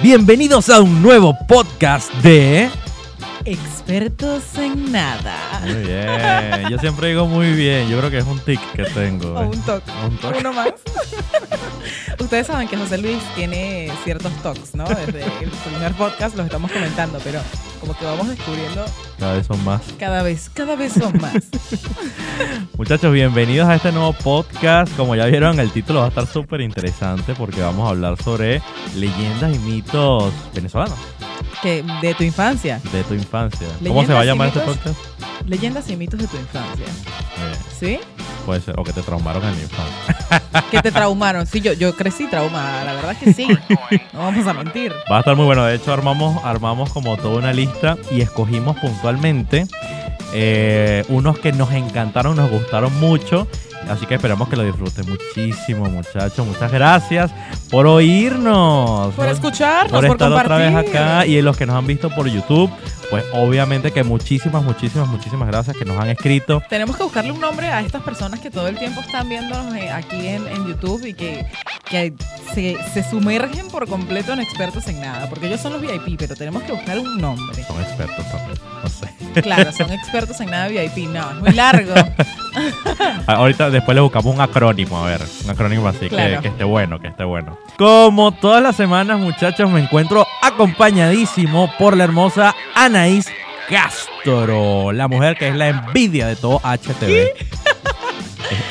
Bienvenidos a un nuevo podcast de... Expertos en nada. Muy bien, yo siempre digo muy bien, yo creo que es un tic que tengo. O ¿eh? un toque. Un toque. Uno más. Ustedes saben que José Luis tiene ciertos tocs, ¿no? Desde el primer podcast los estamos comentando, pero como que vamos descubriendo Cada vez son más. cada vez, cada vez son más. Muchachos, bienvenidos a este nuevo podcast. Como ya vieron, el título va a estar súper interesante porque vamos a hablar sobre leyendas y mitos venezolanos Que de tu infancia. de tu infancia. ¿Cómo ¿Leyendas se va a y llamar este mitos? podcast? Leyendas y mitos de tu infancia. Eh, ¿Sí? puede ser, o que te traumaron en la infancia. Que te traumaron. Sí, yo, yo crecí traumada, la verdad que sí. No vamos a mentir. Va a estar muy bueno. De hecho, armamos, armamos como toda una lista y escogimos puntualmente eh, unos que nos encantaron, nos gustaron mucho. Así que esperamos que lo disfruten muchísimo, muchachos. Muchas gracias por oírnos. Por Nos- escucharnos, por por, estar otra compartir. vez acá y los que nos han visto por YouTube, pues obviamente que muchísimas, muchísimas, muchísimas gracias que nos han escrito. Tenemos que buscarle un nombre a estas personas que todo el tiempo están viéndonos eh, aquí en, en YouTube y que, que se, se sumergen por completo en expertos en nada, porque ellos son los VIP, pero tenemos que buscar un nombre. Son expertos también, no sé. Claro, son expertos en nada VIP, no, es muy largo. A- Ah, Ahorita después le buscamos un acrónimo, a ver, un acrónimo así, que- que, Claro. esté bueno, que esté bueno. Como todas las semanas, muchachos, me encuentro acompañadísimo por la hermosa Anaís Castro, la mujer que es la envidia de todo HTV.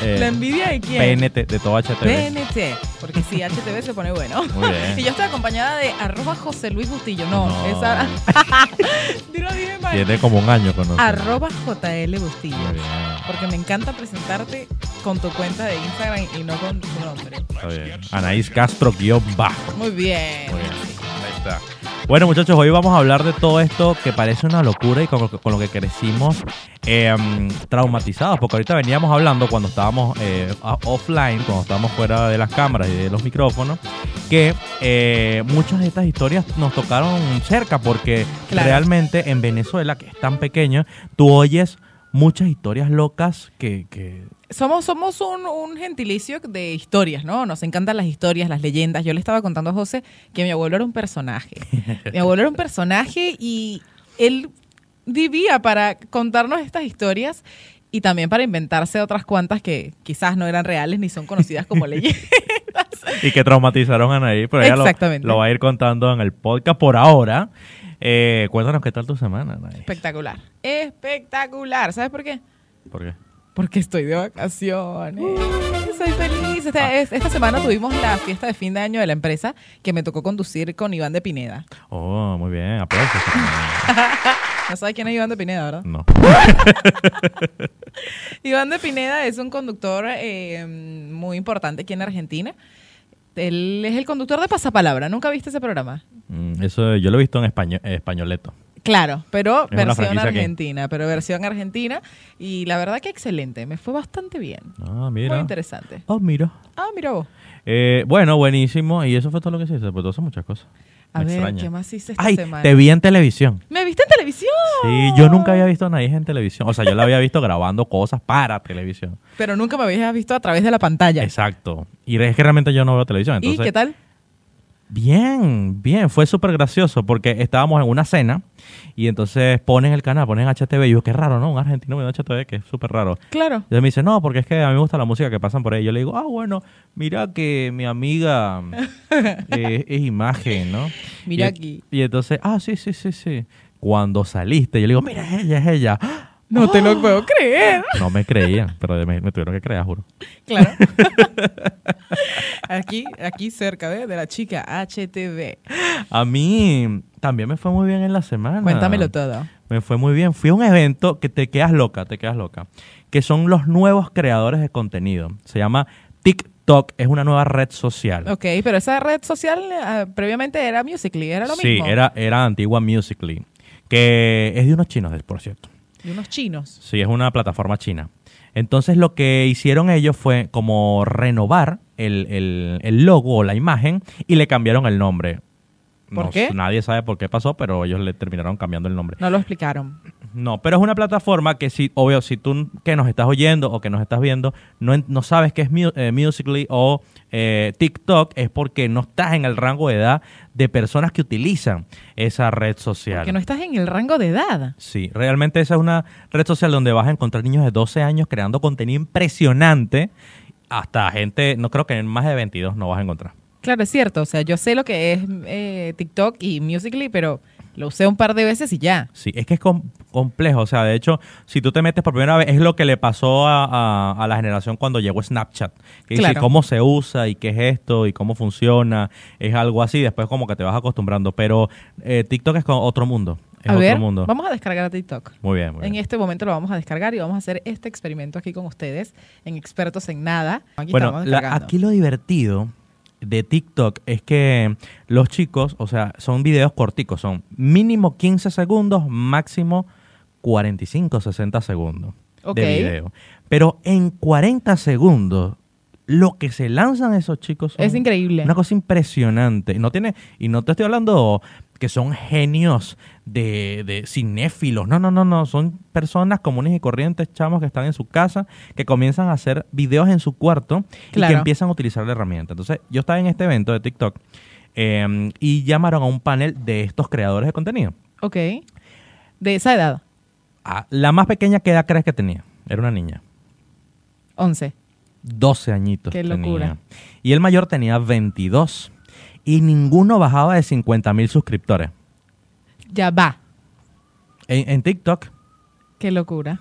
Eh, ¿La envidia de quién? PNT de todo HTV. PNT, porque si HTV se pone bueno. Muy Y bien. yo estoy acompañada de arroba José Luis Bustillo, no, No. esa... Dilo bien, Mike. Tiene como un año con nosotros. Arroba JL Bustillo. Muy bien. Porque me encanta presentarte con tu cuenta de Instagram y no con tu nombre. Está bien. Anaís Castro guión bajo. Muy bien. Muy bien. Ahí está. Bueno muchachos, hoy vamos a hablar de todo esto que parece una locura y con lo que, con lo que crecimos eh, traumatizados, porque ahorita veníamos hablando cuando estábamos eh, a- offline, cuando estábamos fuera de las cámaras y de los micrófonos, que eh, muchas de estas historias nos tocaron cerca, porque Claro. realmente en Venezuela, que es tan pequeño, tú oyes muchas historias locas que... que Somos, somos un, un gentilicio de historias, ¿no? Nos encantan las historias, las leyendas. Yo le estaba contando a José que mi abuelo era un personaje. mi abuelo era un personaje y él vivía para contarnos estas historias y también para inventarse otras cuantas que quizás no eran reales ni son conocidas como leyendas. y que traumatizaron a Anaí, pero ella lo, Exactamente. lo va a ir contando en el podcast por ahora. Eh, cuéntanos qué tal tu semana, Anaí. Pues Espectacular. Espectacular. ¿Sabes por qué? ¿Por qué? Porque estoy de vacaciones. Soy feliz. Esta, Ah. es- esta semana tuvimos la fiesta de fin de año de la empresa que me tocó conducir con Iván de Pineda. Oh, muy bien, aplausos. No sabes quién es Iván de Pineda, ¿verdad? no. Iván de Pineda es un conductor eh, muy importante aquí en Argentina. Él es el conductor de Pasapalabra. ¿Nunca viste ese programa? Mm, Eso yo lo he visto en español, españoleto. Claro, una pero versión franquicia aquí. argentina, pero versión argentina. Y la verdad que excelente, me fue bastante bien. Ah, mira. Muy interesante. Oh, mira. Ah, mira vos. Eh, bueno, buenísimo. Y eso fue todo lo que se hizo. Pues tú haces muchas cosas. A Me ver, extraña. ¿qué más hice esta Ay, semana? Oh. te vi en televisión. ¿Me viste en televisión? Sí, yo nunca había visto a Anaís en televisión. O sea, yo la había visto grabando cosas para televisión. Pero nunca me habías visto a través de la pantalla. Exacto. Y es que realmente yo no veo televisión. Entonces, ¿Y qué tal? Bien, bien, fue súper gracioso porque estábamos en una cena y entonces ponen el canal, ponen HTV y yo, qué raro, ¿no? Un argentino viendo HTV, que es súper raro. Claro. Y él me dice, no, porque es que a mí me gusta la música que pasan por ahí. Yo le digo, ah, bueno, mira que mi amiga eh, es imagen, ¿no? Mira Y- aquí. Y entonces, ah, sí, sí, sí, sí. Cuando saliste, yo le digo, mira, es ella, es ella. No te lo puedo creer. No me creían, pero me, me tuvieron que creer, juro. Claro. aquí, aquí cerca de, de la chica HTV. A mí también me fue muy bien en la semana. Cuéntamelo todo. Me fue muy bien. Fui a un evento que te quedas loca, te quedas loca. Que son los nuevos creadores de contenido. Se llama TikTok. Es una nueva red social. Ok, pero esa red social eh, previamente era Musical.ly, era lo sí, mismo. era, era antigua Musically. Que es de unos chinos, por cierto. De unos chinos. Sí, es una plataforma china. Entonces lo que hicieron ellos fue como renovar el, el- el logo o la imagen y le cambiaron el nombre. ¿Por No qué? s- Nadie sabe por qué pasó, pero ellos le terminaron cambiando el nombre. No lo explicaron. No, pero es una plataforma que si, obvio, si tú que nos estás oyendo o que nos estás viendo no, en- no sabes qué es Mu- eh, Musical.ly o eh, TikTok es porque no estás en el rango de edad de personas que utilizan esa red social. Porque no estás en el rango de edad. Sí, realmente esa es una red social donde vas a encontrar niños de 12 años creando contenido impresionante hasta gente, no creo que en más de 22 no vas a encontrar. Claro, es cierto. O sea, yo sé lo que es eh, TikTok y Musical.ly, pero lo usé un par de veces y ya. Sí, es que es com- complejo. O sea, de hecho, si tú te metes por primera vez, es lo que le pasó a, a- a la generación cuando llegó Snapchat. Que dice Claro. cómo se usa y qué es esto y cómo funciona. Es algo así. Después, como que te vas acostumbrando. Pero eh, TikTok es co- otro mundo. Es a otro ver, mundo. vamos a descargar a TikTok. Muy bien, muy En bien. este momento lo vamos a descargar y vamos a hacer este experimento aquí con ustedes, en Expertos en Nada. Aquí Bueno, estamos la- descargando. aquí lo divertido de TikTok es que los chicos, o sea, son videos corticos. Son mínimo 15 segundos, máximo 45, 60 segundos Ok. de video. Pero en 40 segundos, lo que se lanzan esos chicos son Es increíble. Una cosa impresionante. Y no, tiene, y no te estoy hablando que son genios de, de cinéfilos. No, no, no, no. Son personas comunes y corrientes, chamos, que están en su casa, que comienzan a hacer videos en su cuarto y Claro. que empiezan a utilizar la herramienta. Entonces, yo estaba en este evento de TikTok eh, y llamaron a un panel de estos creadores de contenido. Ok. De esa edad, Ah, la más pequeña, ¿qué edad crees que tenía? Era una niña. 11. 12 añitos. Qué tenía. locura. Y el mayor tenía 22. Y ninguno bajaba de 50 mil suscriptores. Ya va. En, en TikTok, Qué locura.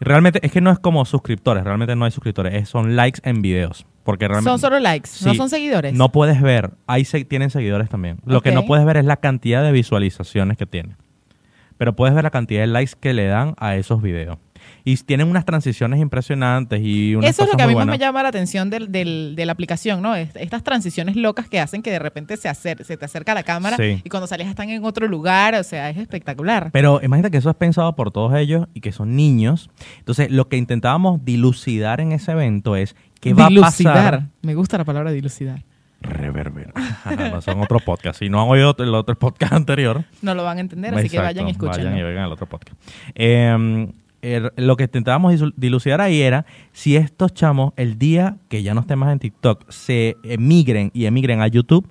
realmente es que no es como suscriptores, realmente no hay suscriptores, es- son likes en videos. Porque realmente, Son solo likes, no Sí. son seguidores. No puedes ver, ahí se, tienen seguidores también. Lo que Ok. no puedes ver es la cantidad de visualizaciones que tiene. Pero puedes ver la cantidad de likes que le dan a esos videos. Y tienen unas transiciones impresionantes y unas Eso es lo cosas que a muy mí más me buenas. llama la atención del- del- de la aplicación, ¿no? Es- Estas transiciones locas que hacen que de repente se, acer- se te acerca la cámara Sí. y cuando sales están en otro lugar, o sea, es espectacular. Pero imagínate que eso es pensado por todos ellos y que son niños. Entonces, lo que intentábamos dilucidar en ese evento es qué va a dilucidar. pasar. Me gusta la palabra dilucidar. Reverbera. no son otro podcast. Si no han oído el otro podcast anterior, No lo van a entender, así que Exacto, vayan y escúchenlo. Vayan y oigan el otro podcast. Eh, el- lo que intentábamos disu- dilucidar ahí era si estos chamos, el día que ya no estén más en TikTok, se emigren y emigren a YouTube,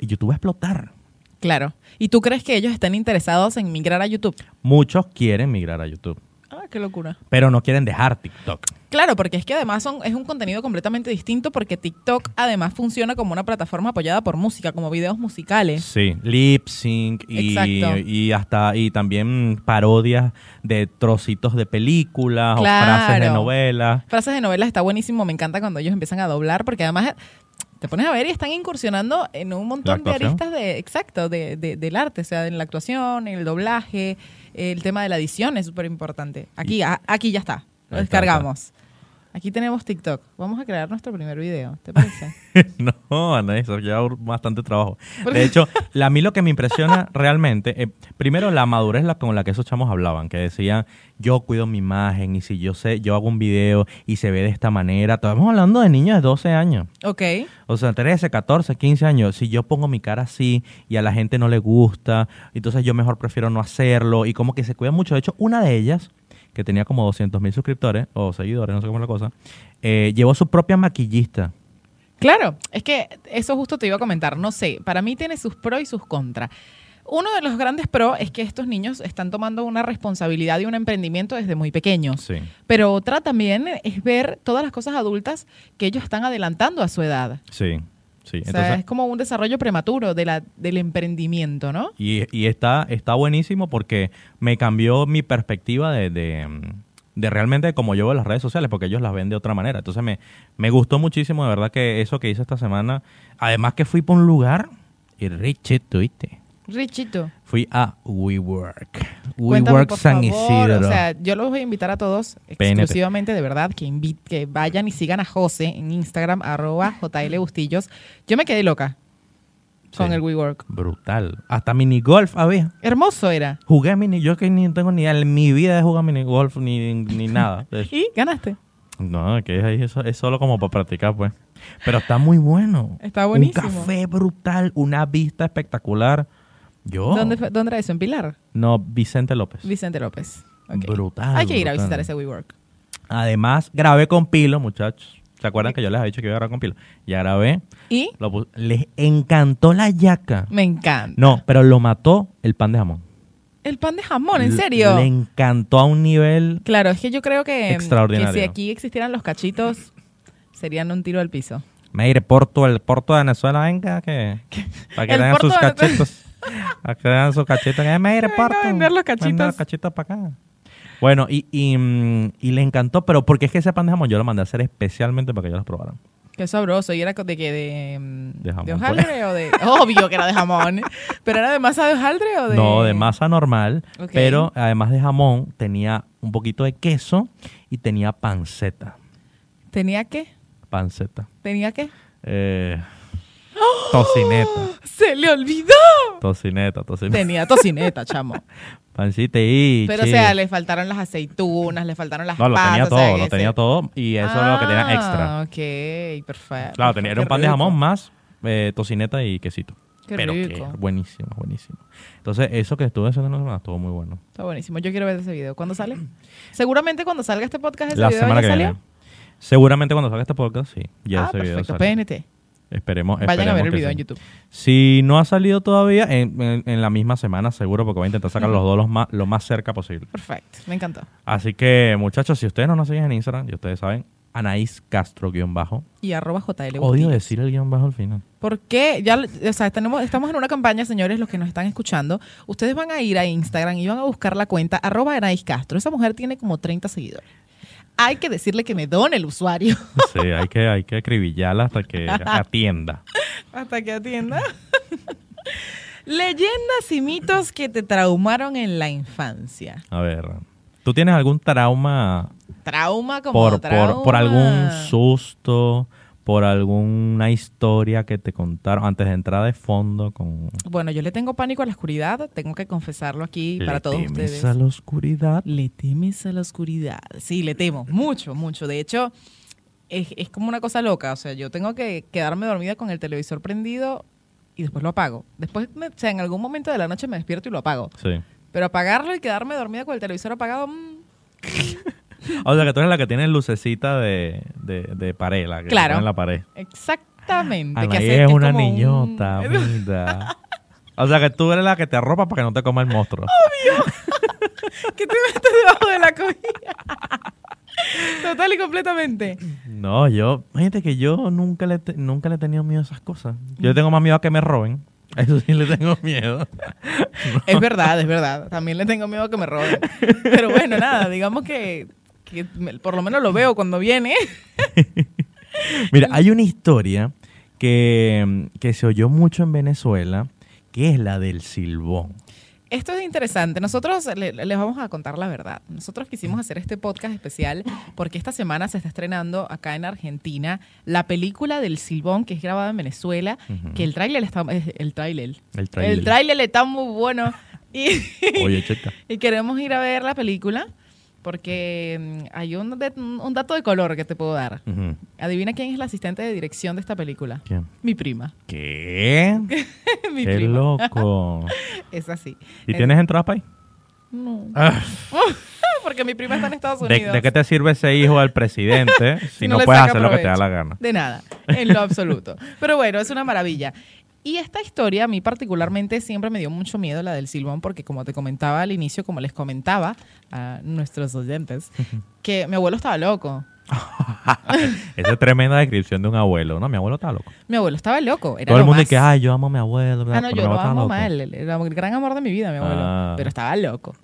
YouTube va a explotar. Claro. ¿Y tú crees que ellos están interesados en migrar a YouTube? Muchos quieren migrar a YouTube, Ah, qué locura. pero no quieren dejar TikTok. Claro, porque es que además son, es un contenido completamente distinto porque TikTok además funciona como una plataforma apoyada por música, como videos musicales. Sí, lip sync y, Exacto. y hasta y también parodias de trocitos de películas Claro. o frases de novelas. Frases de novelas está buenísimo, me encanta cuando ellos empiezan a doblar porque además te pones a ver y están incursionando en un montón de actuación. aristas de, exacto, de- de- del arte, o sea, en la actuación, en el doblaje, el tema de la edición es súper importante. Aquí, a- aquí ya está, lo Ahí está, descargamos. Aquí tenemos TikTok. Vamos a crear nuestro primer video, ¿te parece? no, Ana, eso lleva un- bastante trabajo. ¿Por De qué? hecho, la- a mí lo que me impresiona realmente, eh, primero la madurez la- con la que esos chamos hablaban, que decían, yo cuido mi imagen y si yo sé, yo hago un video y se ve de esta manera, estamos hablando de niños de 12 años. ok. O sea, 13, 14, 15 años, si yo pongo mi cara así y a la gente no le gusta, entonces yo mejor prefiero no hacerlo y como que se cuida mucho. De hecho, una de ellas, que tenía como 200 mil suscriptores o seguidores, no sé cómo es la cosa, eh, llevó su propia maquillista. Claro, es que eso justo te iba a comentar. No sé, para mí tiene sus pros y sus contras. Uno de los grandes pros es que estos niños están tomando una responsabilidad y un emprendimiento desde muy pequeños. Sí. Pero otra también es ver todas las cosas adultas que ellos están adelantando a su edad. Sí, sí. o sea, es como un desarrollo prematuro de la, del emprendimiento, ¿no? Y, y está, está buenísimo porque me cambió mi perspectiva de, de, mm, de realmente cómo yo veo las redes sociales, porque ellos las ven de otra manera. Entonces me, me gustó muchísimo, de verdad, que eso que hice esta semana. Además que fui por un lugar y Richie, tuviste. Richito, Fui a WeWork. cuéntame WeWork por San favor. Isidro. O sea, yo los voy a invitar a todos PNT. exclusivamente, de verdad, que, invi- que vayan y sigan a José en Instagram, arroba JL Bustillos. Yo me quedé loca con Sí. el WeWork. Brutal. Hasta minigolf había. Hermoso era. Jugué mini, yo que ni tengo ni idea en mi vida de jugar minigolf ni, ni nada. De hecho. Y ganaste. No, que es ahí, eso es solo como para practicar, pues. Pero está muy bueno. Está buenísimo. Un café brutal, una vista espectacular. Yo. Oh. ¿Dónde, fue- ¿Dónde era eso? ¿En Pilar? No, Vicente López. Vicente López. Ok. Brutal, Hay que ir a brutal. visitar ese WeWork. Además, grabé con Pilo, muchachos. ¿Se acuerdan que yo les había dicho que iba a grabar con Pilo? Ya grabé. Y Lo pus- les encantó la yaca. me encanta. No, pero lo mató el pan de jamón. El pan de jamón, ¿en Le- serio? Le encantó a un nivel. Claro, es que yo creo que, Extraordinario. que si aquí existieran los cachitos, serían un tiro al piso. Mire, Porto, el Porto de Venezuela, venga, que. Para que El le den Porto sus de Venezuela. cachitos. Para que le den sus cachitos. Que, mire, Venga a Porto. vender venda los cachitos. los cachitos para acá. Bueno, y, y, mm, y le encantó, pero porque es que ese pan de jamón yo lo mandé a hacer especialmente para que ellos lo probaran. Qué sabroso. ¿Y era co- de qué? ¿De, mm, De jamón, pues. ¿de hojaldre o de...? Obvio que era de jamón. ¿Pero era de masa de hojaldre o de...? No, de masa normal, Ok. pero además de jamón tenía un poquito de queso y tenía panceta. ¿Tenía qué? Panceta. ¿Tenía qué? Eh, ¡Oh! tocineta, ¡Se le olvidó! tocineta, tocineta. Tenía tocineta, chamo. Pancita y... Pero, o chile. sea, le faltaron las aceitunas, le faltaron las No, lo patas. tenía o todo, sea, que lo ese- tenía todo y eso era lo que tenía extra. Ah, ok, perfecto. Claro, tenía, era Qué un pan de rico. jamón más eh, tocineta y quesito. Qué pero rico. que buenísimo, buenísimo. Entonces, eso que estuve haciendo no, estuvo muy bueno. Está buenísimo. Yo quiero ver ese video. ¿Cuándo sale? Seguramente cuando salga este podcast, ese La video semana ya que salió. viene. Seguramente cuando salga este podcast, sí. Ya ah, ese video perfecto. sale. PNT. Esperemos, Vayan a esperemos ver el que video sí. en YouTube. Si no ha salido todavía, en, en- en la misma semana seguro, porque voy a intentar sacar los dos los más- lo más cerca posible. Perfecto. Me encantó. Así que, muchachos, si ustedes no nos siguen en Instagram, y ustedes saben, Anaís Castro, guión bajo. Y arroba JL. Odio Bustillos. decir el guión bajo al final. ¿Por qué? Ya, o sea, tenemos, estamos en una campaña, señores, los que nos están escuchando. Ustedes van a ir a Instagram y van a buscar la cuenta arroba Anaís Castro. Esa mujer tiene como 30 seguidores. Hay que decirle que me done el usuario. Sí, hay que, hay que acribillarla hasta que atienda. Hasta que atienda. Leyendas y mitos que te traumaron en la infancia. A ver, ¿tú tienes algún trauma Trauma como por, trauma. por, por algún susto, por alguna historia que te contaron antes de entrar de fondo con... Bueno, yo le tengo pánico a la oscuridad, tengo que confesarlo aquí para Le todos temes ustedes. a la oscuridad? Le temes a la oscuridad. Sí, le temo, mucho, mucho. De hecho, es, es como una cosa loca. O sea, yo tengo que quedarme dormida con el televisor prendido y después lo apago. Después, me- o sea, en algún momento de la noche me despierto y lo apago. Sí. Pero apagarlo y quedarme dormida con el televisor apagado, mm, O sea, que tú eres la que tiene lucecita de, de, de pared, la que Claro. pone en la pared. exactamente. que Anaí hace- Ah, es una como un- niñota, mira. O sea, que tú eres la que te arropa para que no te coma el monstruo. que te metes debajo de la comida. Total y completamente. No, yo, fíjate que yo nunca le, te- nunca le he tenido miedo a esas cosas. Yo le tengo más miedo a que me roben. A Eso sí le tengo miedo. Es verdad, es verdad. También le tengo miedo a que me roben. Pero bueno, nada, digamos que, que me- por lo menos lo veo cuando viene. Mira, hay una historia que, que se oyó mucho en Venezuela, que es la del silbón. Esto es interesante. Nosotros le- les vamos a contar la verdad. Nosotros quisimos hacer este podcast especial porque esta semana se está estrenando acá en Argentina la película del Silbón que es grabada en Venezuela, Ujú. que el tráiler está eh, el tráiler. El El trailer. tráiler está muy bueno y, Oye, chica. y queremos ir a ver la película porque mm, hay un, de- un dato de color que te puedo dar. Ujú. Adivina quién es la asistente de dirección de esta película. ¿Quién? Mi prima. ¿Qué? Mi Qué prima. loco. Es así. ¿Y Es- tienes entradas para ahí? No. Ah, Porque mi prima está en Estados ¿De, Unidos. de qué te sirve ese hijo del presidente si, no, le puedes saca hacer lo que te da provecho. la gana? De nada, en lo absoluto. Pero bueno, es una maravilla. Y esta historia a mí particularmente siempre me dio mucho miedo la del silbón porque como te comentaba al inicio, como les comentaba a nuestros oyentes, que mi abuelo estaba loco. Esa es tremenda descripción de un abuelo, ¿no? Mi abuelo está loco. Mi abuelo estaba loco. Era Todo el lo mundo más. dice, ay, yo amo a mi abuelo. Ah, no, pero yo mi abuelo lo está amo loco". mal. Era el gran amor de mi vida, mi abuelo. Ah. Pero estaba loco.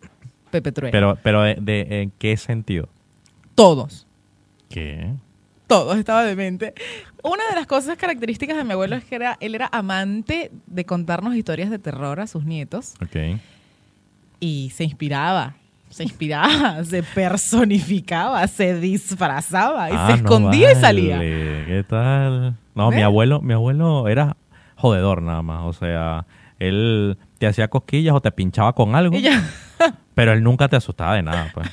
Pepe Trueno. Pero, pero eh, de, de- ¿en qué sentido? Todos. ¿Qué? Todos estaba demente. Una de las cosas características de mi abuelo es que era, él era amante de contarnos historias de terror a sus nietos. Ok. y se inspiraba, se inspiraba, se personificaba, se disfrazaba y Ah, se no escondía y salía. vale. ¿Qué tal? No, mi ¿Ves? abuelo, mi abuelo era jodedor nada más. O sea, él te hacía cosquillas o te pinchaba con algo, Y ya. pero él nunca te asustaba de nada, pues.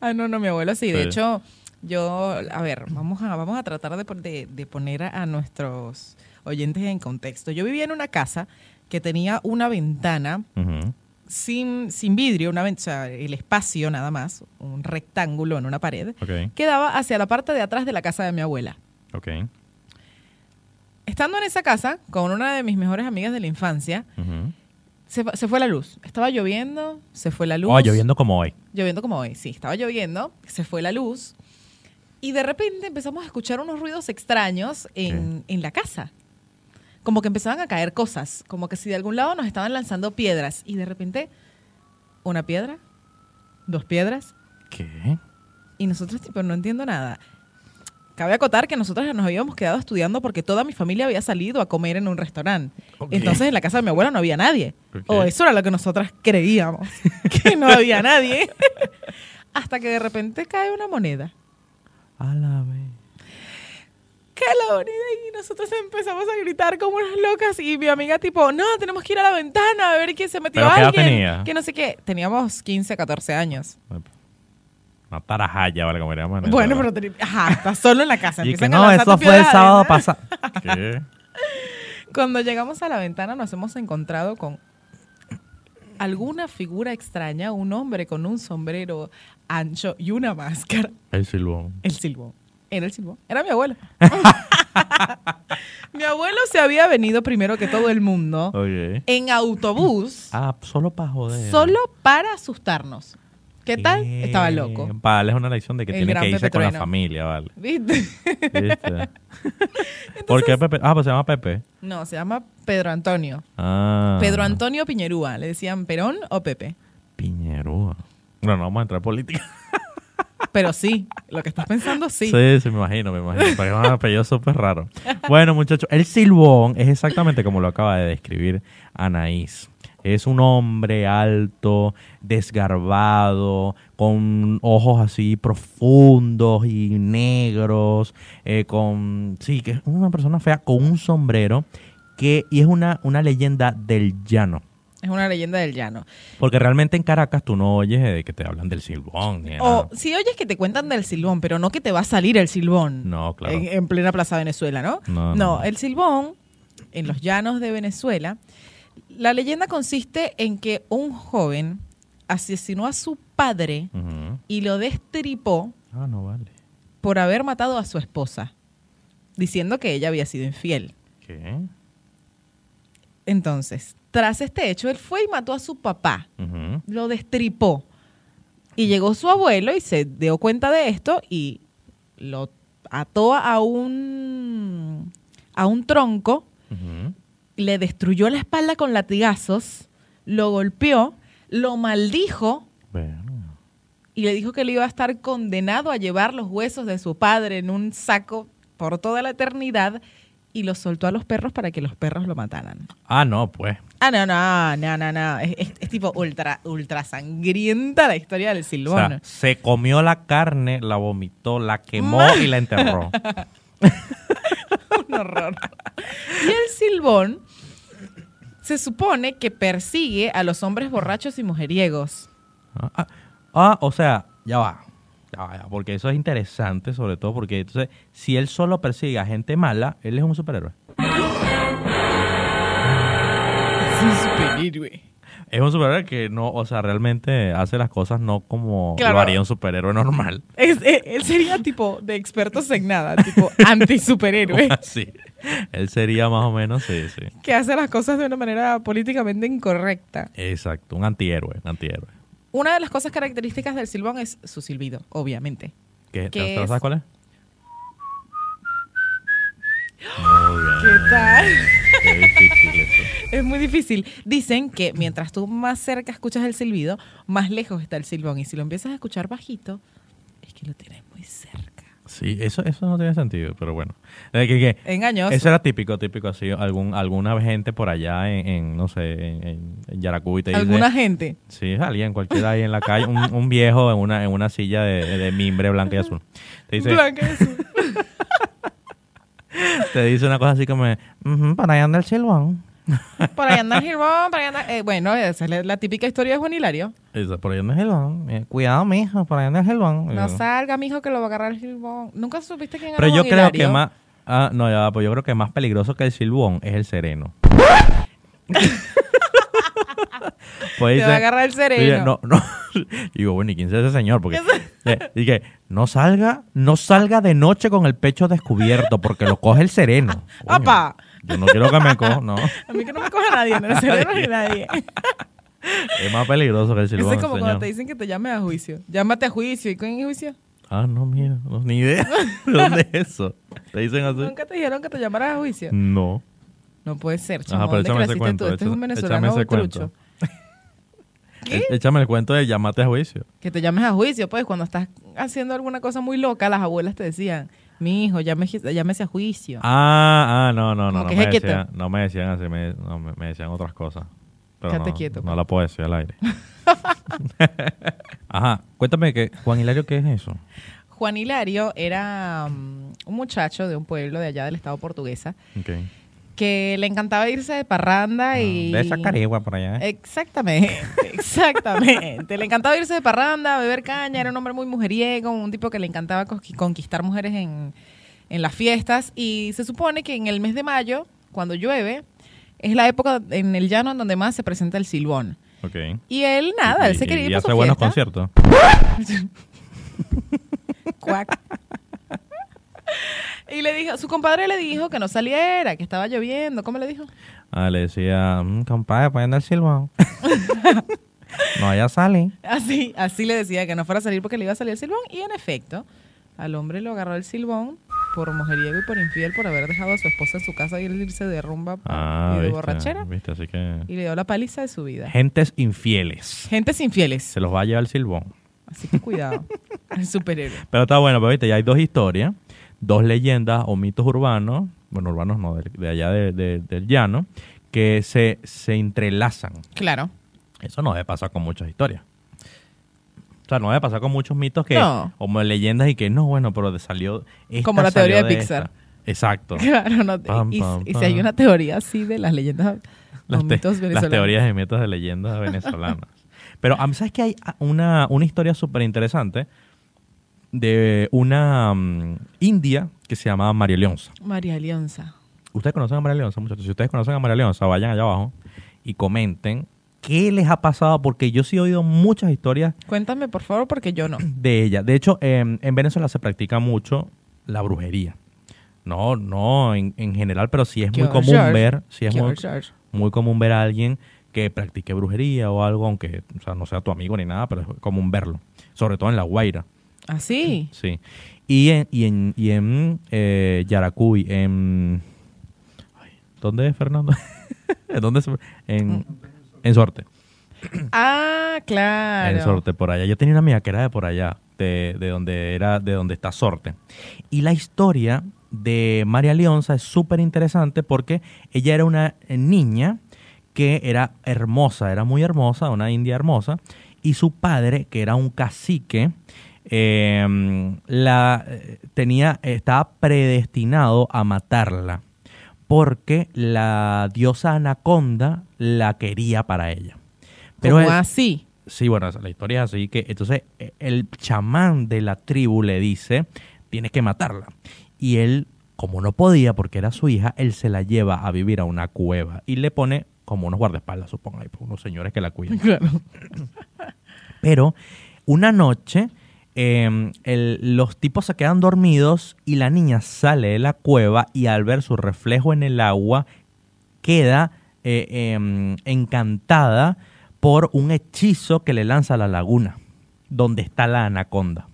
Ah, no, no, mi abuelo sí. De Sí. hecho, yo, a ver, vamos a, vamos a tratar de, pon- de- de poner a, a nuestros oyentes en contexto. Yo vivía en una casa que tenía una ventana Ujú. sin, sin vidrio, una, ven- o sea, el espacio nada más, un rectángulo en una pared, Ok, que daba hacia la parte de atrás de la casa de mi abuela. ok. Estando en esa casa, con una de mis mejores amigas de la infancia, ujú. se, fa- se fue la luz. Estaba lloviendo, se fue la luz. Oh, lloviendo como hoy. Lloviendo como hoy, sí. Estaba lloviendo, se fue la luz. Y de repente empezamos a escuchar unos ruidos extraños en, en la casa. Como que empezaban a caer cosas. Como que si de algún lado nos estaban lanzando piedras. Y de repente, una piedra, dos piedras. ¿Qué? Y nosotros, tipo, no entiendo nada. Cabe acotar que nosotros nos habíamos quedado estudiando porque toda mi familia había salido a comer en un restaurante. Ok. Entonces en la casa de mi abuela no había nadie. Ok. O eso era lo que nosotras creíamos, que no había nadie. Hasta que de repente cae una moneda. A la vez. Cae la moneda y nosotros empezamos a gritar como unas locas y mi amiga tipo, no, tenemos que ir a la ventana a ver quién se metió ¿Pero qué edad alguien. tenía? Que no sé qué. Teníamos 15, 14 años. Una tarajaya, vale, como diríamos en Bueno, pero Venezuela. teni- ajá, está solo en la casa. Y que empiezan a no, lanzarte eso fue el piedras sábado adentro. pasado. ¿Qué? Cuando llegamos a la ventana nos hemos encontrado con alguna figura extraña, un hombre con un sombrero ancho y una máscara. El silbón. El silbón. Era el silbón. Era mi abuelo. mi abuelo se había venido primero que todo el mundo Oye. en autobús Ah, solo para joder. solo para asustarnos. ¿Qué tal? Bien. Estaba loco. Vale, es una lección de que El tiene gran que irse Pepe con la Trueno. familia, vale. ¿Viste? ¿Viste? ¿Por qué Pepe? Ah, pues se llama Pepe. No, se llama Pedro Antonio. Ah. Pedro Antonio Piñerúa. Le decían Perón o Pepe. Piñerúa. Bueno, no vamos a entrar en política. Pero sí, lo que estás pensando sí. Sí, sí, me imagino, me imagino. Pero es un apellido súper raro. Bueno, muchachos, el silbón es exactamente como lo acaba de describir Anaís. Es un hombre alto, desgarbado, con ojos así profundos y negros, eh, con... Sí, que es una persona fea, con un sombrero, que, y es una, una leyenda del llano. Es una leyenda del llano. Porque realmente en Caracas tú no oyes de que te hablan del silbón. Ni de nada. O si oyes que te cuentan del silbón, pero no que te va a salir el silbón. No, claro. En, en plena Plaza Venezuela, ¿no? No, no, no. el silbón, en los llanos de Venezuela, la leyenda consiste en que un joven asesinó a su padre Ujú. y lo destripó Ah, no vale. por haber matado a su esposa, diciendo que ella había sido infiel. ¿Qué? Entonces, tras este hecho, él fue y mató a su papá. Ujú. lo destripó. Y llegó su abuelo y se dio cuenta de esto y lo ató a un, a un tronco, Ujú. le destruyó la espalda con latigazos, lo golpeó, lo maldijo Bueno. y le dijo que le iba a estar condenado a llevar los huesos de su padre en un saco por toda la eternidad y lo soltó a los perros para que los perros lo mataran. Ah, no, pues. Ah, no, no, no, no, no. Es, es- es tipo ultra, ultra sangrienta la historia del O silbón. sea, se comió la carne, la vomitó, la quemó y la enterró. un horror. Y el silbón se supone que persigue a los hombres borrachos y mujeriegos. Ah, ah, ah, o sea, ya va. Ya va, ya, porque eso es interesante, sobre todo porque entonces, si él solo persigue a gente mala, él es un superhéroe. Es un superhéroe. Es un superhéroe que no, o sea, realmente hace las cosas no como Claro. lo haría un superhéroe normal. Es- eh, él sería tipo de expertos en nada, tipo anti-superhéroe, sí. Él sería más o menos, sí, sí. que hace las cosas de una manera políticamente incorrecta. Exacto, un antihéroe, un antihéroe. Una de las cosas características del silbón es su silbido, obviamente. ¿Qué, ¿Qué ¿te- te lo es? sabes cuál es? Muy ¿Qué bien. tal? Qué difícil eso. Es muy difícil. Dicen que mientras tú más cerca escuchas el silbido, más lejos está el silbón. Y si lo empiezas a escuchar bajito, es que lo tienes muy cerca. Sí, eso, eso no tiene sentido, pero bueno. Eh, que- que- Engañoso. eso era típico, típico así. Algún, alguna gente por allá en, en, no sé, en, en- en Yaracuy te dice... Alguna gente. Sí, alguien cualquiera ahí en la calle, un, un viejo en una, en una silla de, de mimbre blanca y azul. Te dice, Blanca y azul. te dice una cosa así como, "Ujú, para allá anda el silbón. Por ahí anda el silbón, por ahí anda- eh, bueno, esa es la, la típica historia de Juan Hilario. Dice, por allá anda el silbón. Eh, Cuidado, mijo, por allá anda el silbón. No Y yo, salga, mijo, que lo va a agarrar el silbón. Nunca supiste quién era Pero yo Juan creo que Hilario? más. Ah, no, ya, va, pues yo creo que más peligroso que el silbón es el sereno. Pues Te va a dice- agarrar el dice, no, sereno. no. Y digo, bueno, ¿y quién es ese señor? Porque eh, dije, no salga, no salga de noche con el pecho descubierto, porque lo coge el sereno. Coño, ¡Apa! Yo no quiero que me coja, no. A mí que no me coja nadie, no sereno ni nadie. Es más peligroso que el Eso silbón. es como cuando señor. te dicen que te llames a juicio. Llámate a juicio. ¿Y con juicio? Ah, no, mira, no, ni idea. ¿De dónde es eso? ¿Te dicen así? ¿Nunca te dijeron que te llamaras a juicio? No. No puede ser, Mm. Ajá, chamo. pero ¿Dónde échame ese creciste cuento. tú? Este es un échame- venezolano échame ese trucho. cuento. ¿Qué? E- Échame el cuento de llamate a juicio. Que te llames a juicio, pues cuando estás haciendo alguna cosa muy loca, las abuelas te decían, mi hijo, llámese, llámese a juicio. Ah, ah, no, no, no. Como No que me, jequeta. decían, no me decían así, me, no, me- me decían otras cosas. Pero Quédate no, quieto, pues. No la puedo decir al aire. Ajá, cuéntame, que, Juan Hilario, ¿qué es eso? Juan Hilario era um, un muchacho de un pueblo de allá del estado portuguesa Okay. que le encantaba irse de parranda Ah, y... Mm, De esa carigua por allá. ¿eh? Exactamente, exactamente. le encantaba irse de parranda, beber caña, era un hombre muy mujeriego, un tipo que le encantaba conqui- conquistar mujeres en, en las fiestas. Y se supone que en el mes de mayo, cuando llueve, es la época en el llano en donde más se presenta el silbón. ok. Y él, nada, Y- él se quería y, ir y por hace su buenos fiesta. conciertos. Cuac. Y le dijo, su compadre le dijo que no saliera, que estaba lloviendo. ¿Cómo le dijo? Ah, le decía, "Mm, compadre, poniendo el silbón. no, allá sale. Así, así le decía que no fuera a salir porque le iba a salir el silbón. Y en efecto, al hombre lo agarró el silbón por mujeriego y por infiel por haber dejado a su esposa en su casa y él irse de rumba Ah, y de viste, borrachera. Viste, así que... Y le dio la paliza de su vida. Gentes infieles. Gentes infieles. Se los va a llevar el silbón. Así que cuidado. El superhéroe. Pero está bueno, pero viste, ya hay dos historias, dos leyendas o mitos urbanos, bueno, urbanos no, de, de allá de- de- del llano, que se, se entrelazan. Claro. Eso no debe pasar con muchas historias. O sea, no debe pasar con muchos mitos que, No. como leyendas y que no, bueno, pero te salió esta, Como la salió teoría de Pixar. esta. Exacto. Claro, no te- Pam, y, pam, y si hay pam. una teoría así de las leyendas, los te- mitos venezolanos. teorías y mitos de leyendas venezolanas. Pero a mí, ¿sabes que hay a- una, una historia súper interesante de una mm, india que se llamaba María Leonza? María Leonza. Ustedes conocen a María Leonza, muchachos. Si ustedes conocen a María Leonza, vayan allá abajo y comenten qué les ha pasado, porque yo sí he oído muchas historias Cuéntame, por favor, porque yo no. de ella. De hecho, em, en Venezuela se practica mucho la brujería. No, no, en, en general, pero sí es muy George, común George. ver, sí es muy, George, George. muy común ver a alguien que practique brujería o algo, aunque o sea, no sea tu amigo ni nada, pero es común verlo. Sobre todo en La Guaira, Así. sí. Y en, y en, y en eh, Yaracuy, en... ay, ¿Dónde es Fernando? ¿En ¿Dónde se- En, en Sorte. Ah, claro. En Sorte, por allá. Yo tenía una amiga que era de por allá, de, de donde era, de donde está Sorte. Y la historia de María Leonza es súper interesante porque ella era una eh, niña que era hermosa, era muy hermosa, una india hermosa, y su padre, que era un cacique, eh, la eh, tenía, estaba predestinado a matarla porque la diosa anaconda la quería para ella. Pero Como él- así. Sí, bueno, la historia es así que entonces eh, el chamán de la tribu le dice, tienes que matarla. Y él, como no podía porque era su hija, él se la lleva a vivir a una cueva y le pone como unos guardaespaldas, supongo, ahí, pues, unos señores que la cuidan. Claro. Pero una noche eh, el- los tipos se quedan dormidos y la niña sale de la cueva y al ver su reflejo en el agua queda eh, eh, encantada por un hechizo que le lanza a la laguna, donde está la anaconda.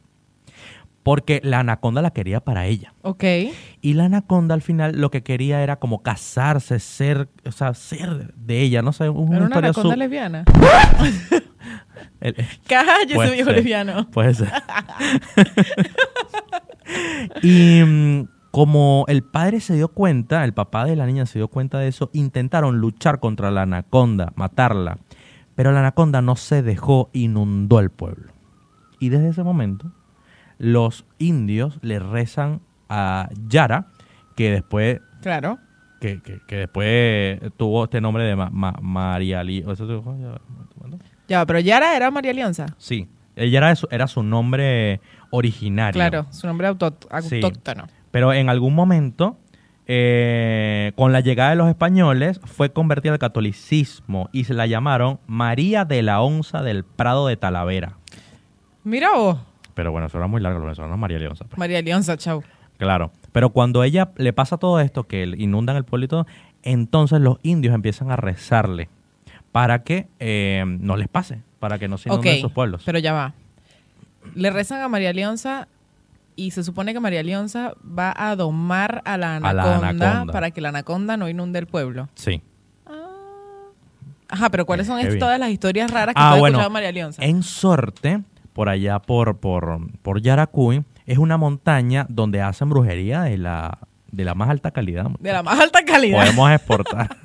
Porque la anaconda la quería para ella. Ok. Y la anaconda al final lo que quería era como casarse, ser, o sea, ser de ella, no sé, una Era una historia anaconda su- lesbiana. el- Cállese, Puede viejo ser. lesbiano. Puede ser. y mm, como el padre se dio cuenta, el papá de la niña se dio cuenta de eso, intentaron luchar contra la anaconda, matarla. Pero la anaconda no se dejó, inundó el pueblo. Y desde ese momento, los indios le rezan a Yara, que después Claro. que, que- que después tuvo este nombre de Ma- Ma- María Li- ¿eso te- ¿cuándo? Ya, pero Yara era María Leonza. Sí, ella era su, era su nombre originario. Claro, su nombre auto- Sí. autóctono. Pero en algún momento eh, con la llegada de los españoles, fue convertida al catolicismo y se la llamaron María de la Onza del Prado de Talavera. Mira vos, Pero bueno, eso era muy largo, lo mencionaron María de la Onza. pues. María Leonza, chau. Claro. Pero cuando ella le pasa todo esto, que le inundan el pueblo y todo, entonces los indios empiezan a rezarle para que eh, no les pase, para que no se inunden Ok, sus pueblos. Pero ya va. Le rezan a María Leonza y se supone que María Leonza va a domar a la A la anaconda, anaconda. para que la anaconda no inunde el pueblo. Sí. Ajá, pero ¿cuáles son Eh, Qué estas- bien. todas las historias raras que Ah, tú has bueno, escuchado de María Leonza? En Sorte, por allá por, por, por Yaracuy, es una montaña donde hacen brujería de la, de la más alta calidad. De la más alta calidad. Podemos exportar.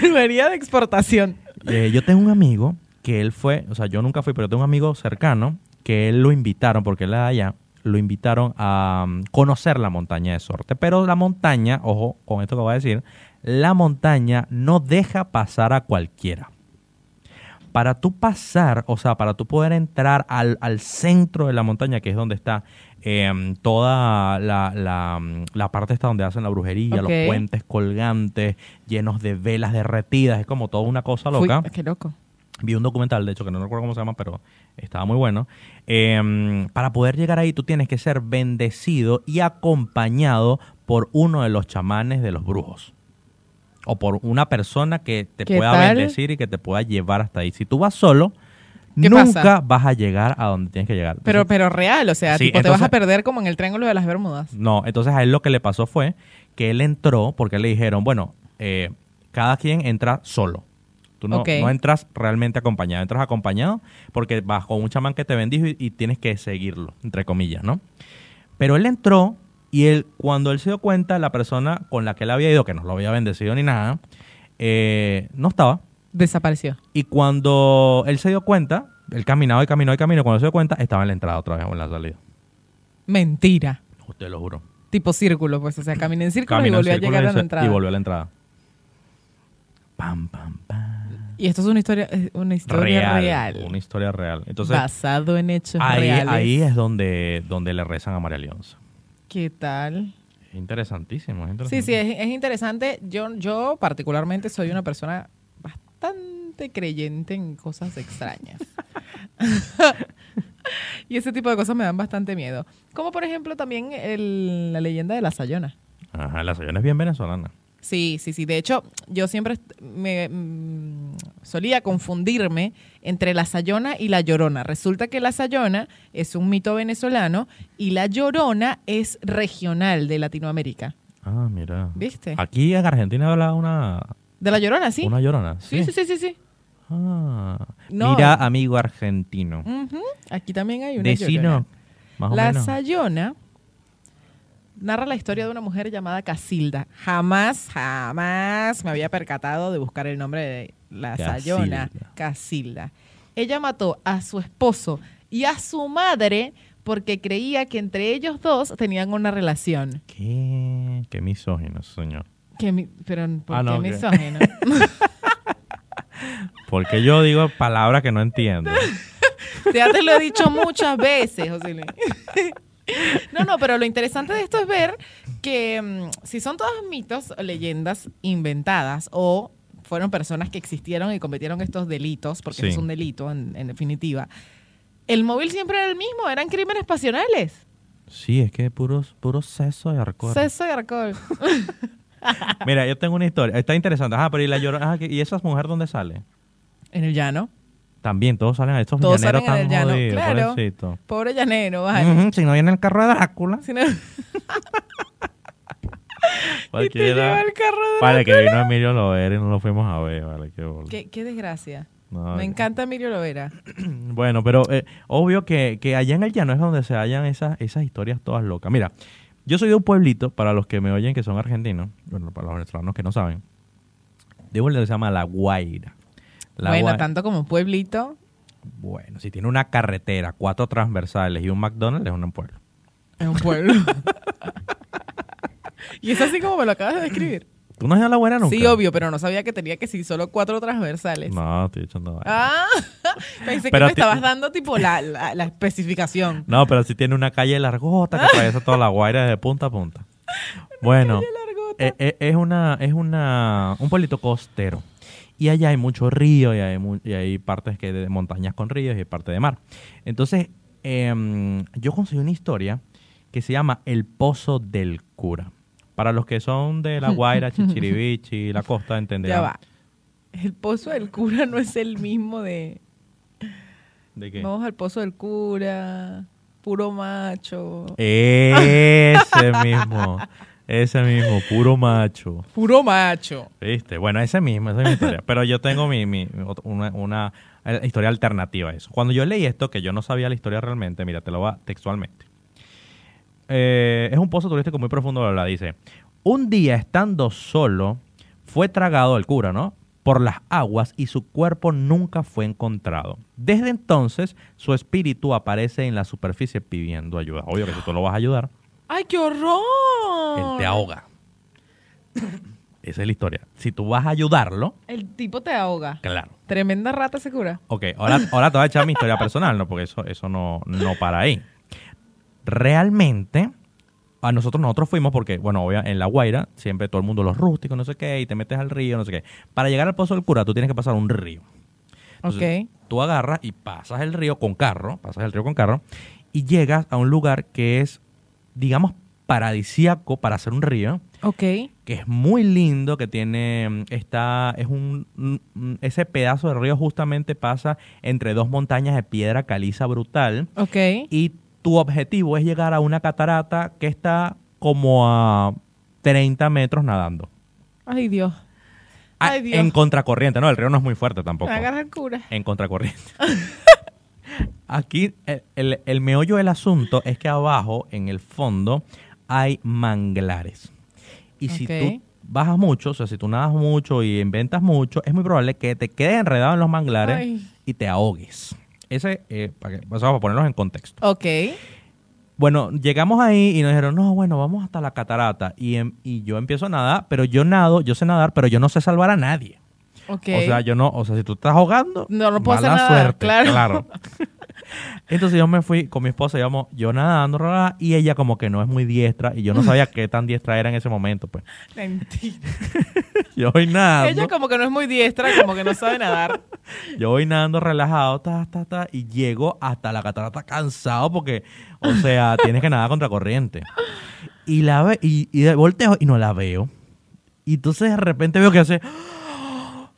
Brujería de exportación. Eh, yo tengo un amigo que él fue, o sea, yo nunca fui, pero tengo un amigo cercano que él lo invitaron, porque él era de allá, lo invitaron a mm, conocer la montaña de Sorte. Pero la montaña, ojo con esto que voy a decir, la montaña no deja pasar a cualquiera. Para tú pasar, o sea, para tú poder entrar al, al centro de la montaña, que es donde está em, toda la, la, mm, la parte esta donde hacen la brujería, Ok. los puentes colgantes, llenos de velas derretidas, es como toda una cosa Fui- loca. qué loco. Vi un documental, de hecho, que no recuerdo cómo se llama, pero estaba muy bueno. Em, para poder llegar ahí, tú tienes que ser bendecido y acompañado por uno de los chamanes de los brujos. O por una persona que te ¿Qué pueda tal? bendecir y que te pueda llevar hasta ahí. Si tú vas solo, ¿Qué nunca pasa? vas a llegar a donde tienes que llegar. Pero, pero real, o sea, Sí, tipo, te vas a entonces- perder como en el Triángulo de las Bermudas. No, entonces a él lo que le pasó fue que él entró porque le dijeron, bueno, eh, cada quien entra solo. Tú no, Ok. no entras realmente acompañado, entras acompañado porque vas con un chamán que te bendijo y, y tienes que seguirlo, entre comillas, ¿no? Pero él entró y él, cuando él se dio cuenta, la persona con la que él había ido, que no lo había bendecido ni nada, eh, no estaba. Desapareció. Y cuando él se dio cuenta, él caminaba y caminó y caminó, cuando se dio cuenta, estaba en la entrada otra vez o en la salida. Mentira. Te lo juro. Tipo círculo, pues, o sea, caminé en círculo Caminó en y volvió a círculo llegar y a la se- entrada. Y Y, volvió a la entrada. Pam, pam, pam. esto es una historia, es una historia real. Una historia real. Entonces, basado en hechos ahí, reales. ahí es donde, donde le rezan a María Leonza. ¿Qué tal? Es interesantísimo, es Sí, interesantísimo. sí, es, es interesante. Yo, yo particularmente soy una persona bastante creyente en cosas extrañas. y ese tipo de cosas me dan bastante miedo. Como por ejemplo también el- la leyenda de la Sayona. Ajá, la señora es bien venezolana. Sí, sí, sí. De hecho, yo siempre est- me mm, solía confundirme entre la Sayona y la Llorona. Resulta que la Sayona es un mito venezolano y la Llorona es regional de Latinoamérica. Ah, mira. ¿Viste? Aquí en Argentina habla una, De la Llorona, sí. una llorona. Sí, sí, sí, sí, sí. Ah. No. Mira, amigo argentino. Ujú. Aquí también hay una Decino. Llorona. Más o La menos. Sayona narra la historia de una mujer llamada Casilda. Jamás, jamás me había percatado de buscar el nombre de la Casilda. Sayona, Casilda. Ella mató a su esposo y a su madre porque creía que entre ellos dos tenían una relación. Qué, qué misógino, señor. Que mi- pero ¿por Ah, no, qué que- misógino? Porque yo digo palabras que no entiendo. Ya te lo he dicho muchas veces, José Luis. No, no, pero lo interesante de esto es ver que mm, si son todos mitos o leyendas inventadas o fueron personas que existieron y cometieron estos delitos, porque Sí. es un delito en, en definitiva, el móvil siempre era el mismo, eran crímenes pasionales. Sí, es que puros, puro seso y arco. Sexo y alcohol. Mira, yo tengo una historia. Está interesante. Ajá, pero ¿y la llorona? Ajá, ¿Y esa mujer dónde sale? En el llano. También, todos salen a estos Todos llaneros salen en el tan llano, jodidos, claro. pobrecito. Pobre llanero, vale. Ujú, si no viene el carro de Drácula. Si no- y te lleva Cualquiera. el carro de Vale, que vino Emilio Lovera y no lo fuimos a ver. Vale, qué bola. Qué, qué desgracia. No, Me encanta Emilio Lovera. Bueno, pero eh, obvio que, que allá en el llano es donde se hallan esas, esas historias todas locas. Mira, yo soy de un pueblito, para los que me oyen que son argentinos, bueno, para los venezolanos que no saben, de un pueblo que se llama La Guaira. La bueno, Guai- tanto como pueblito. Bueno, si tiene una carretera, cuatro transversales y un McDonald's, es un pueblo. Es un pueblo. y es así como me lo acabas de describir. ¿Tú no has ido a La Guaira nunca? Sí, obvio, pero no sabía que tenía que sí, solo cuatro transversales. No, estoy echando vaina. Ah, pensé Pero que me ti- estabas dando tipo la, la- la especificación. No, pero sí tiene una calle largota que atraviesa toda La Guaira desde punta a punta. Bueno, largota. eh, eh, es una, es una, un pueblito costero. Y allá hay mucho río y hay, mu- y hay partes que de montañas con ríos y parte de mar. Entonces, em, yo conseguí una historia que se llama El Pozo del Cura. Para los que son de La Guaira, Chichiribichi, la costa, entenderán. Ya va. El pozo del cura no es el mismo de. ¿De qué? Vamos al pozo del cura, puro macho. Eh. Ese mismo. Ese mismo, puro macho. Puro macho. ¿Viste? Bueno, ese mismo, esa es mi historia. Pero yo tengo mi, mi- ot- una, una, eh, historia alternativa a eso. Cuando yo leí esto, que yo no sabía la historia realmente, mira, te lo va textualmente. Eh, es un pozo turístico muy profundo, bla, bla, dice. Un día estando solo, fue tragado el cura, ¿no? Por las aguas y su cuerpo nunca fue encontrado. Desde entonces, su espíritu aparece en la superficie pidiendo ayuda. Obvio que si tú lo vas a ayudar, ¡Ay, qué horror! él te ahoga. Esa es la historia. Si tú vas a ayudarlo, El tipo te ahoga. claro. Tremenda rata ese cura. Ok, ahora, ahora te voy a echar mi historia personal, ¿no? Porque eso, eso no, no para ahí. Realmente, a nosotros nosotros fuimos porque, bueno, obvia- en La Guaira, siempre todo el mundo, los rústicos, no sé qué, y te metes al río, no sé qué. Para llegar al Pozo del Cura, tú tienes que pasar un río. Entonces, ok. Tú agarras y pasas el río con carro, pasas el río con carro, y llegas a un lugar que es, digamos, paradisíaco para hacer un río Ok. que es muy lindo, que tiene mm, está es un mm, mm, ese pedazo de río justamente pasa entre dos montañas de piedra caliza brutal Ok. y tu objetivo es llegar a una catarata que está como a 30 metros nadando. Ay, Dios. Ah, Ay, Dios. en contracorriente, no, el río no es muy fuerte tampoco. Agarra el cura. En contracorriente. Aquí el, el- el meollo del asunto es que abajo, en el fondo, hay manglares. Y si Ok. tú bajas mucho, o sea, si tú nadas mucho y inventas mucho, es muy probable que te quedes enredado en los manglares Ay. y te ahogues. Ese, eh, para, que- o sea, para ponerlos en contexto. Ok. Bueno, llegamos ahí y nos dijeron, no, bueno, vamos hasta la catarata. Y, em- y yo empiezo a nadar, pero yo nado, yo sé nadar, pero yo no sé salvar a nadie. Ok. O sea, yo no, o sea, si tú estás ahogando, No, no puedo mala hacer nada, suerte, claro. Entonces yo me fui con mi esposa, íbamos yo nadando, ra, ra, y ella como que no es muy diestra, y yo no sabía qué tan diestra era en ese momento, pues. Mentira. Yo voy nadando, Ella como que no es muy diestra, como que no sabe nadar. yo voy nadando relajado, ta, ta, ta, y llego hasta la catarata cansado porque, o sea, tienes que nadar contra corriente. Y la ve, y, y de- volteo y no la veo. Y entonces de repente veo que hace...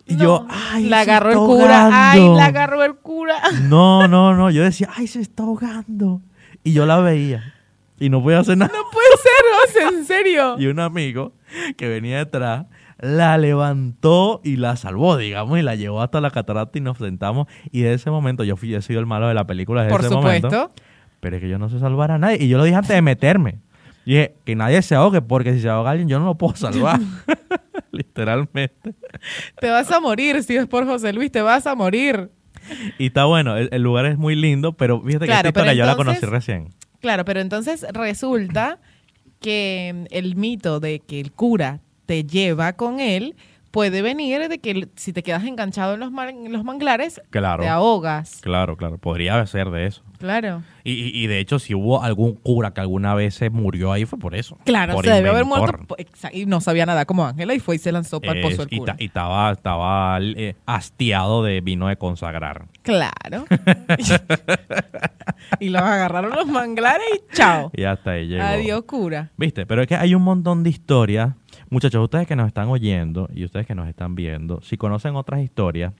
Y yo, No. ay, La se agarró el está cura. Ay, ahogando". la agarró el cura. No, no, no. Yo decía, ay, se está ahogando. Y yo la veía. Y no podía hacer nada. No puede ser, o sea, en serio. Y un amigo que venía detrás la levantó y la salvó, digamos, y la llevó hasta la catarata y nos sentamos. Y de ese momento yo fui, he sido el malo de la película desde Por ese supuesto. momento. Pero es que yo no sé salvar a nadie. Y yo lo dije antes de meterme. Dije, que nadie se ahogue, porque si se ahoga alguien, yo no lo puedo salvar. Literalmente. Te vas a morir si es por José Luis, te vas a morir. Y está bueno, el, el lugar es muy lindo, pero fíjate que Claro, esta pero historia yo la entonces- conocí recién. Claro, pero entonces resulta que el mito de que el cura te lleva con él puede venir de que el- si te quedas enganchado en los, man- en los manglares, Claro. te ahogas. Claro, claro, podría ser de eso. Claro. Y, y- y de hecho, si hubo algún cura que alguna vez se murió ahí, fue por eso. Claro, por se debe haber inventor. muerto. po- exa- Y no sabía nada como Ángela y fue y se lanzó para el pozo Es- del y, cura. ta- y estaba, estaba eh, hastiado de vino de consagrar. Claro. y los agarraron los manglares y chao. Y hasta ahí llegó. Adiós, cura. ¿Viste? Pero es que hay un montón de historias. Muchachos, ustedes que nos están oyendo y ustedes que nos están viendo, si conocen otras historias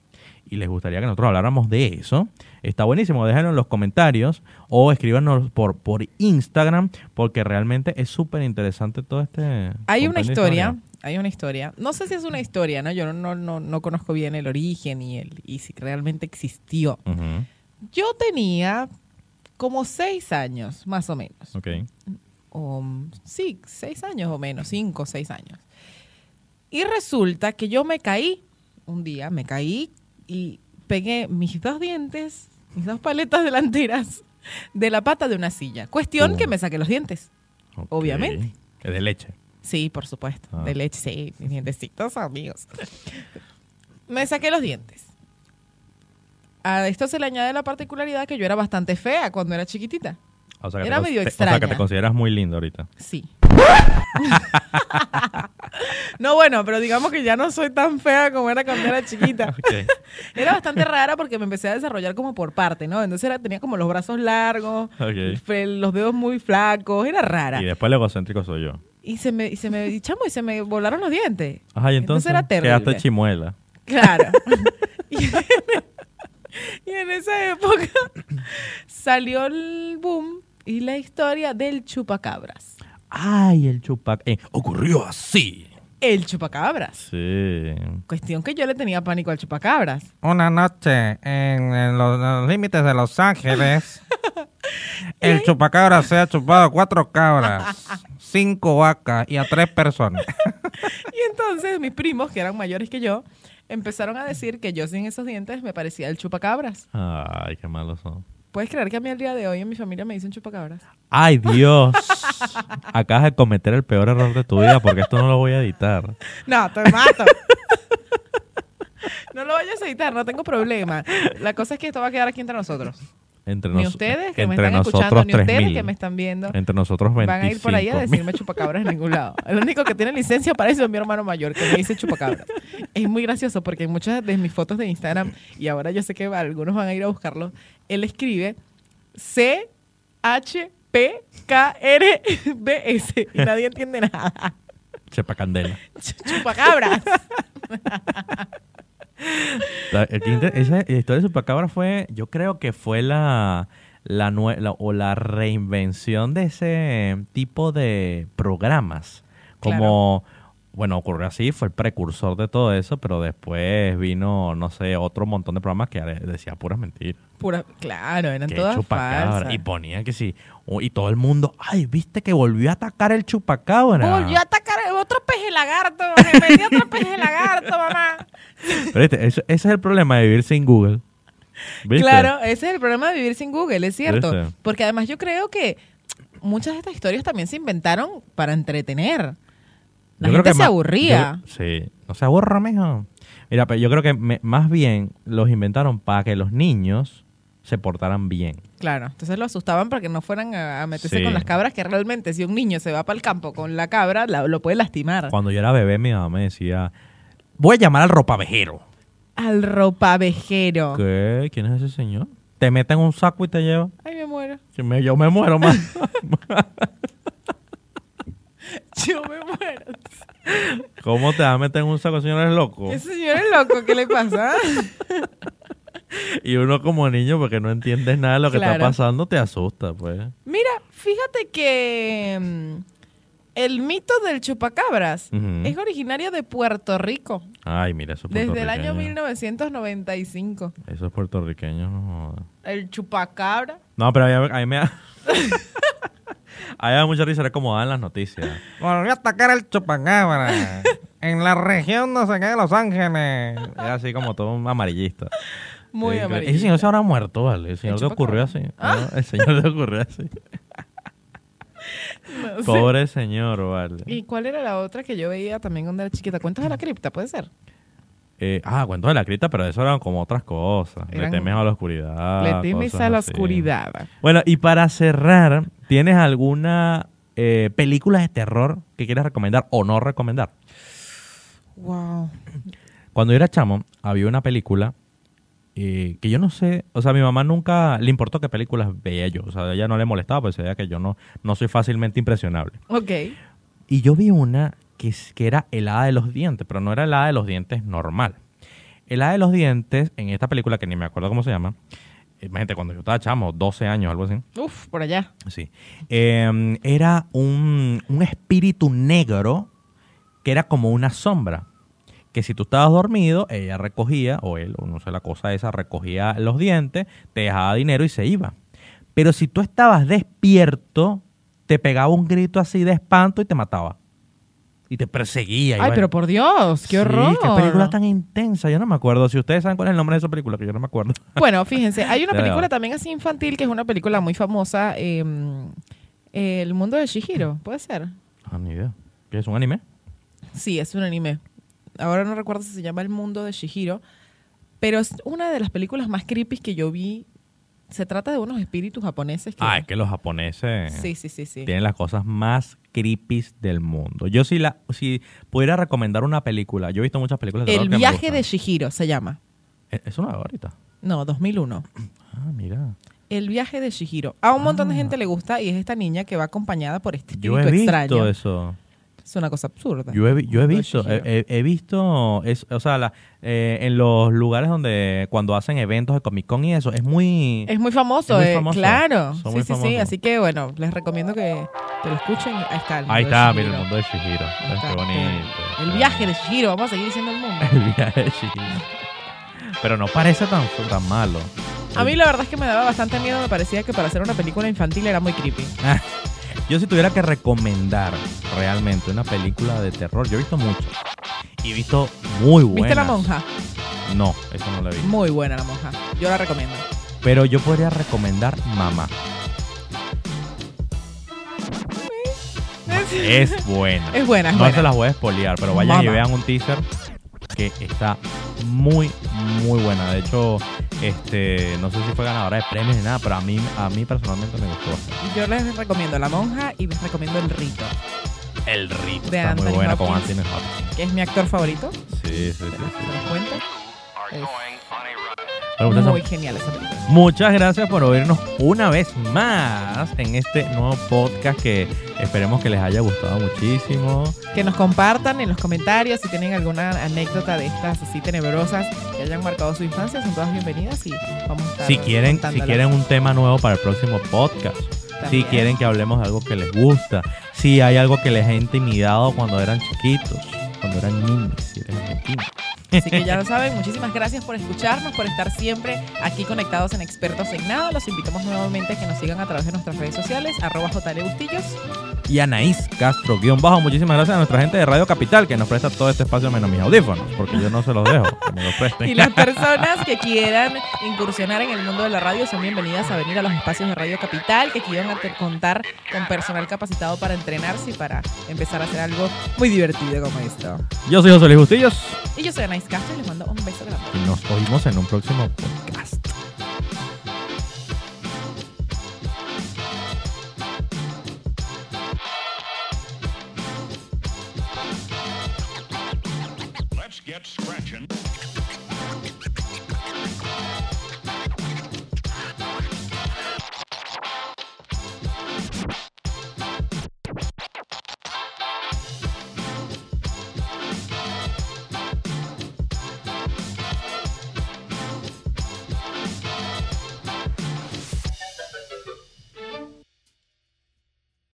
y les gustaría que nosotros habláramos de eso, está buenísimo. Déjenlo en los comentarios o escríbanos por, por Instagram porque realmente es súper interesante todo este... Hay compendio una de historia, historias. hay una historia. No sé si es una historia, ¿no? Yo no, no, no, no conozco bien el origen y, el, y si realmente existió. Ujú, Yo tenía como seis años, más o menos. Ok. O, mm, sí, seis años o menos, cinco, seis años. Y resulta que yo me caí un día, me caí y pegué mis dos dientes, mis dos paletas delanteras de la pata de una silla. Cuestión Uh. que me saqué los dientes. Ok. Obviamente. Es de leche. Sí, por supuesto. Ah. De leche, sí, mis dientecitos, amigos. Me saqué los dientes. A esto se le añade la particularidad que yo era bastante fea cuando era chiquitita. O sea, que Era te cons- medio te- O sea, que extraña. te consideras muy lindo ahorita. Sí. no, bueno, pero digamos que ya no soy tan fea como era cuando era chiquita. Ok. Era bastante rara porque me empecé a desarrollar como por parte, ¿no? Entonces era- tenía como los brazos largos, Ok. fe- los dedos muy flacos, era rara. Y Y, después el egocéntrico soy yo. se me, y se me, y chamo, y se me volaron los dientes. Ajá, y entonces, era terrible. quedaste chimuela. Claro. y, en, y en esa época salió el boom y la historia del chupacabras. Ay, el chupac. eh, ocurrió así. El chupacabras. Sí. Cuestión que yo le tenía pánico al chupacabras. Una noche en, en los, los límites de Los Ángeles, el chupacabra se ha chupado a cuatro cabras, cinco vacas y a tres personas. Y entonces mis primos, que eran mayores que yo, empezaron a decir que yo sin esos dientes me parecía el chupacabras. Ay, qué malos son. ¿Puedes creer que a mí al día de hoy en mi familia me dicen chupacabras? Ay, Dios. Acabas de cometer el peor error de tu vida porque esto no lo voy a editar. No, te mato. no lo vayas a editar, no tengo problema. La cosa es que esto va a quedar aquí entre nosotros. Entre Ni nos- ustedes que me entre están escuchando, nosotros ni ustedes 3.000. que me están viendo. Entre nosotros 25. Van a ir por ahí a decirme chupacabras en ningún lado. El único que tiene licencia para eso es mi hermano mayor, que me dice chupacabras. Es muy gracioso porque en muchas de mis fotos de Instagram, y ahora yo sé que algunos van a ir a buscarlo, él escribe C-H-P-K-R-B-S y nadie entiende nada. Chepa Candela. Ch- Chupacabras. La- el que inter- Esa historia de Chupacabra fue, yo creo que fue la, la, nue- la- o la reinvención de ese tipo de programas. Como, bueno, ocurrió así, fue el precursor de todo eso, pero después vino, no sé, otro montón de programas que are- decía puras mentiras. Pura, claro, eran que todas chupacabra. falsas. Y ponía que sí. Oh, Y todo el mundo, ay, viste que volvió a atacar el chupacabra. Volvió a atacar a otro peje lagarto, me metí otro peje lagarto, mamá. Pero este, ese, ese es el problema de vivir sin Google. ¿Viste? Claro, ese es el problema de vivir sin Google, es cierto. ¿Viste? Porque además yo creo que muchas de estas historias también se inventaron para entretener. La Yo creo gente que se ma- aburría. yo- sí, no se aburra, mijo. Mira, pero yo creo que me- más bien los inventaron para que los niños se portaran bien. Claro, entonces lo asustaban para que no fueran a, a meterse Sí. con las cabras, que realmente si un niño se va para el campo con la cabra, la- lo puede lastimar. Cuando yo era bebé, mi mamá me decía, voy a llamar al ropavejero. Al ropavejero. ¿Qué? ¿Quién es ese señor? Te mete en un saco y te lleva. Ay, me muero. Yo me, yo me muero, man. Yo me muero. ¿Cómo te va a meter en un saco, señor? Es loco. Ese señor es loco, ¿qué le pasa? Y uno como niño, porque no entiendes nada de lo que Claro. está pasando, te asusta, pues. Mira, fíjate que mm, el mito del chupacabras Ujú. es originario de Puerto Rico. Ay, mira, eso es Desde el año puertorriqueño. 1995. Eso es puertorriqueño, no jodas. El chupacabra. No, pero a mí, a mí me da... a mí me da mucha risa, era como dan las noticias. Volvió a atacar el chupacabra en la región no sé qué de Los Ángeles. Era así como todo un amarillista. Muy Eh, amarillo. Ah. Ese señor se habrá muerto, ¿vale? El señor El le ocurrió así. ¿no? El señor le ocurrió así. No sé. Pobre señor, ¿vale? ¿Y cuál era la otra que yo veía también cuando era chiquita? ¿Cuentos de la cripta? ¿Puede ser? Eh, ah, cuento de la cripta, pero eso eran como otras cosas. Le Eran- temes a la oscuridad. Le temes Ah, cosas a la así. oscuridad. Bueno, y para cerrar, ¿tienes alguna eh, película de terror que quieras recomendar o no recomendar? Wow. Cuando yo era chamo, había una película eh, que yo no sé, o sea, a mi mamá nunca le importó qué películas veía yo, o sea, a ella no le molestaba, pues veía que yo no, no soy fácilmente impresionable. Ok. Y yo vi una que, es- que era el hada de los dientes, pero no era el hada de los dientes normal. El hada de los dientes, en esta película que ni me acuerdo cómo se llama, imagínate, cuando yo estaba chamo, 12 años, algo así, Uf, por allá. Sí. Eh, era un, un espíritu negro que era como una sombra. Que si tú estabas dormido, ella recogía, o él, o no sé la cosa esa, recogía los dientes, te dejaba dinero y se iba. Pero si tú estabas despierto, te pegaba un grito así de espanto y te mataba. Y te perseguía. y Ay, vaina. pero por Dios, qué Sí, horror. qué película tan intensa. Yo no me acuerdo. Si ustedes saben cuál es el nombre de esa película, que yo no me acuerdo. Bueno, fíjense, hay una Dale, película dale. también así infantil que es una película muy famosa. eh, el mundo de Shihiro, ¿puede ser? Ah, ni idea. ¿Qué es un anime? Sí, es un anime. Ahora no recuerdo si se llama El Mundo de Shihiro, pero es una de las películas más creepy que yo vi se trata de unos espíritus japoneses que... Ah, es que los japoneses Sí, sí, sí, sí. tienen las cosas más creepy del mundo. Yo si, la, si pudiera recomendar una película, yo he visto muchas películas de El terror que me viaje de gustan. Shihiro se llama. Eh, Es una de ahorita. No, 2001. Ah, mira. El viaje de Shihiro. A un montón de gente le gusta y es esta niña que va acompañada por este Ah. Yo espíritu he visto extraño. eso. Es una cosa absurda. Yo he, yo he Lo de visto, eh, Shihiro. he, he- he visto, es- o sea, la- eh, en los lugares donde cuando hacen eventos de Comic Con y eso, es muy... Es muy famoso, Es muy eh, famoso. claro. Son sí, muy sí, sí. famosos. Así que bueno, les recomiendo que, que lo escuchen. Ahí está. el Ahí mundo está, mira el mundo de Chihiro. de Shihiro. Ahí Qué está. bonito. El viaje de Shihiro. Vamos a seguir diciendo el mundo. El viaje de Shihiro. Pero no parece tan, tan malo. A mí la verdad es que me daba bastante miedo. Me parecía que para hacer una película infantil era muy creepy. Yo si tuviera que recomendar realmente una película de terror, yo he visto muchas. Y he visto muy buenas. ¿Viste La Monja? No, eso no lo he visto. Muy buena La Monja. Yo la recomiendo. Pero yo podría recomendar Mamá. Es buena. Es buena, es no buena. se las voy a espolear, pero vayan y Mamá. vean un teaser que está muy, muy buena. De hecho, este, no sé si fue ganadora de premios ni nada, pero a mí, a mí personalmente me gustó bastante. Yo les recomiendo La Monja y les recomiendo El Rito, El rito De está muy Anthony buena con Hopkins. Anthony Hopkins. que es mi actor favorito. Sí, sí, sí. ¿Se das sí. cuenta? Bueno, Es ustedes muy saben- genial esa película. Muchas gracias por oírnos una vez más en este nuevo podcast que esperemos que les haya gustado muchísimo. Que nos compartan en los comentarios si tienen alguna anécdota de estas así tenebrosas que hayan marcado su infancia. Son todas bienvenidas y vamos a estar Si quieren, si contándolas quieren un tema nuevo para el próximo podcast. Si también. quieren que hablemos de algo que les gusta. Si hay algo que les ha intimidado cuando eran chiquitos. Cuando eran niños. Si eran chiquitos. Así que ya lo saben, muchísimas gracias por escucharnos, por estar siempre aquí conectados en Expertos en Nada. Los invitamos nuevamente a que nos sigan a través de nuestras redes sociales, arroba jlegustillos. Y Anaís Castro, guión bajo. Muchísimas gracias a nuestra gente de Radio Capital que nos presta todo este espacio menos mis audífonos. Porque yo no se los dejo. que me los presten. Y las personas que quieran incursionar en el mundo de la radio son bienvenidas a venir a los espacios de Radio Capital, que quieran ante- contar con personal capacitado para entrenarse y para empezar a hacer algo muy divertido como esto. Yo soy José Luis Bustillos. Y yo soy Anais Castro y les mando un beso grande. Y nos oímos en un próximo podcast. Let's get scratching.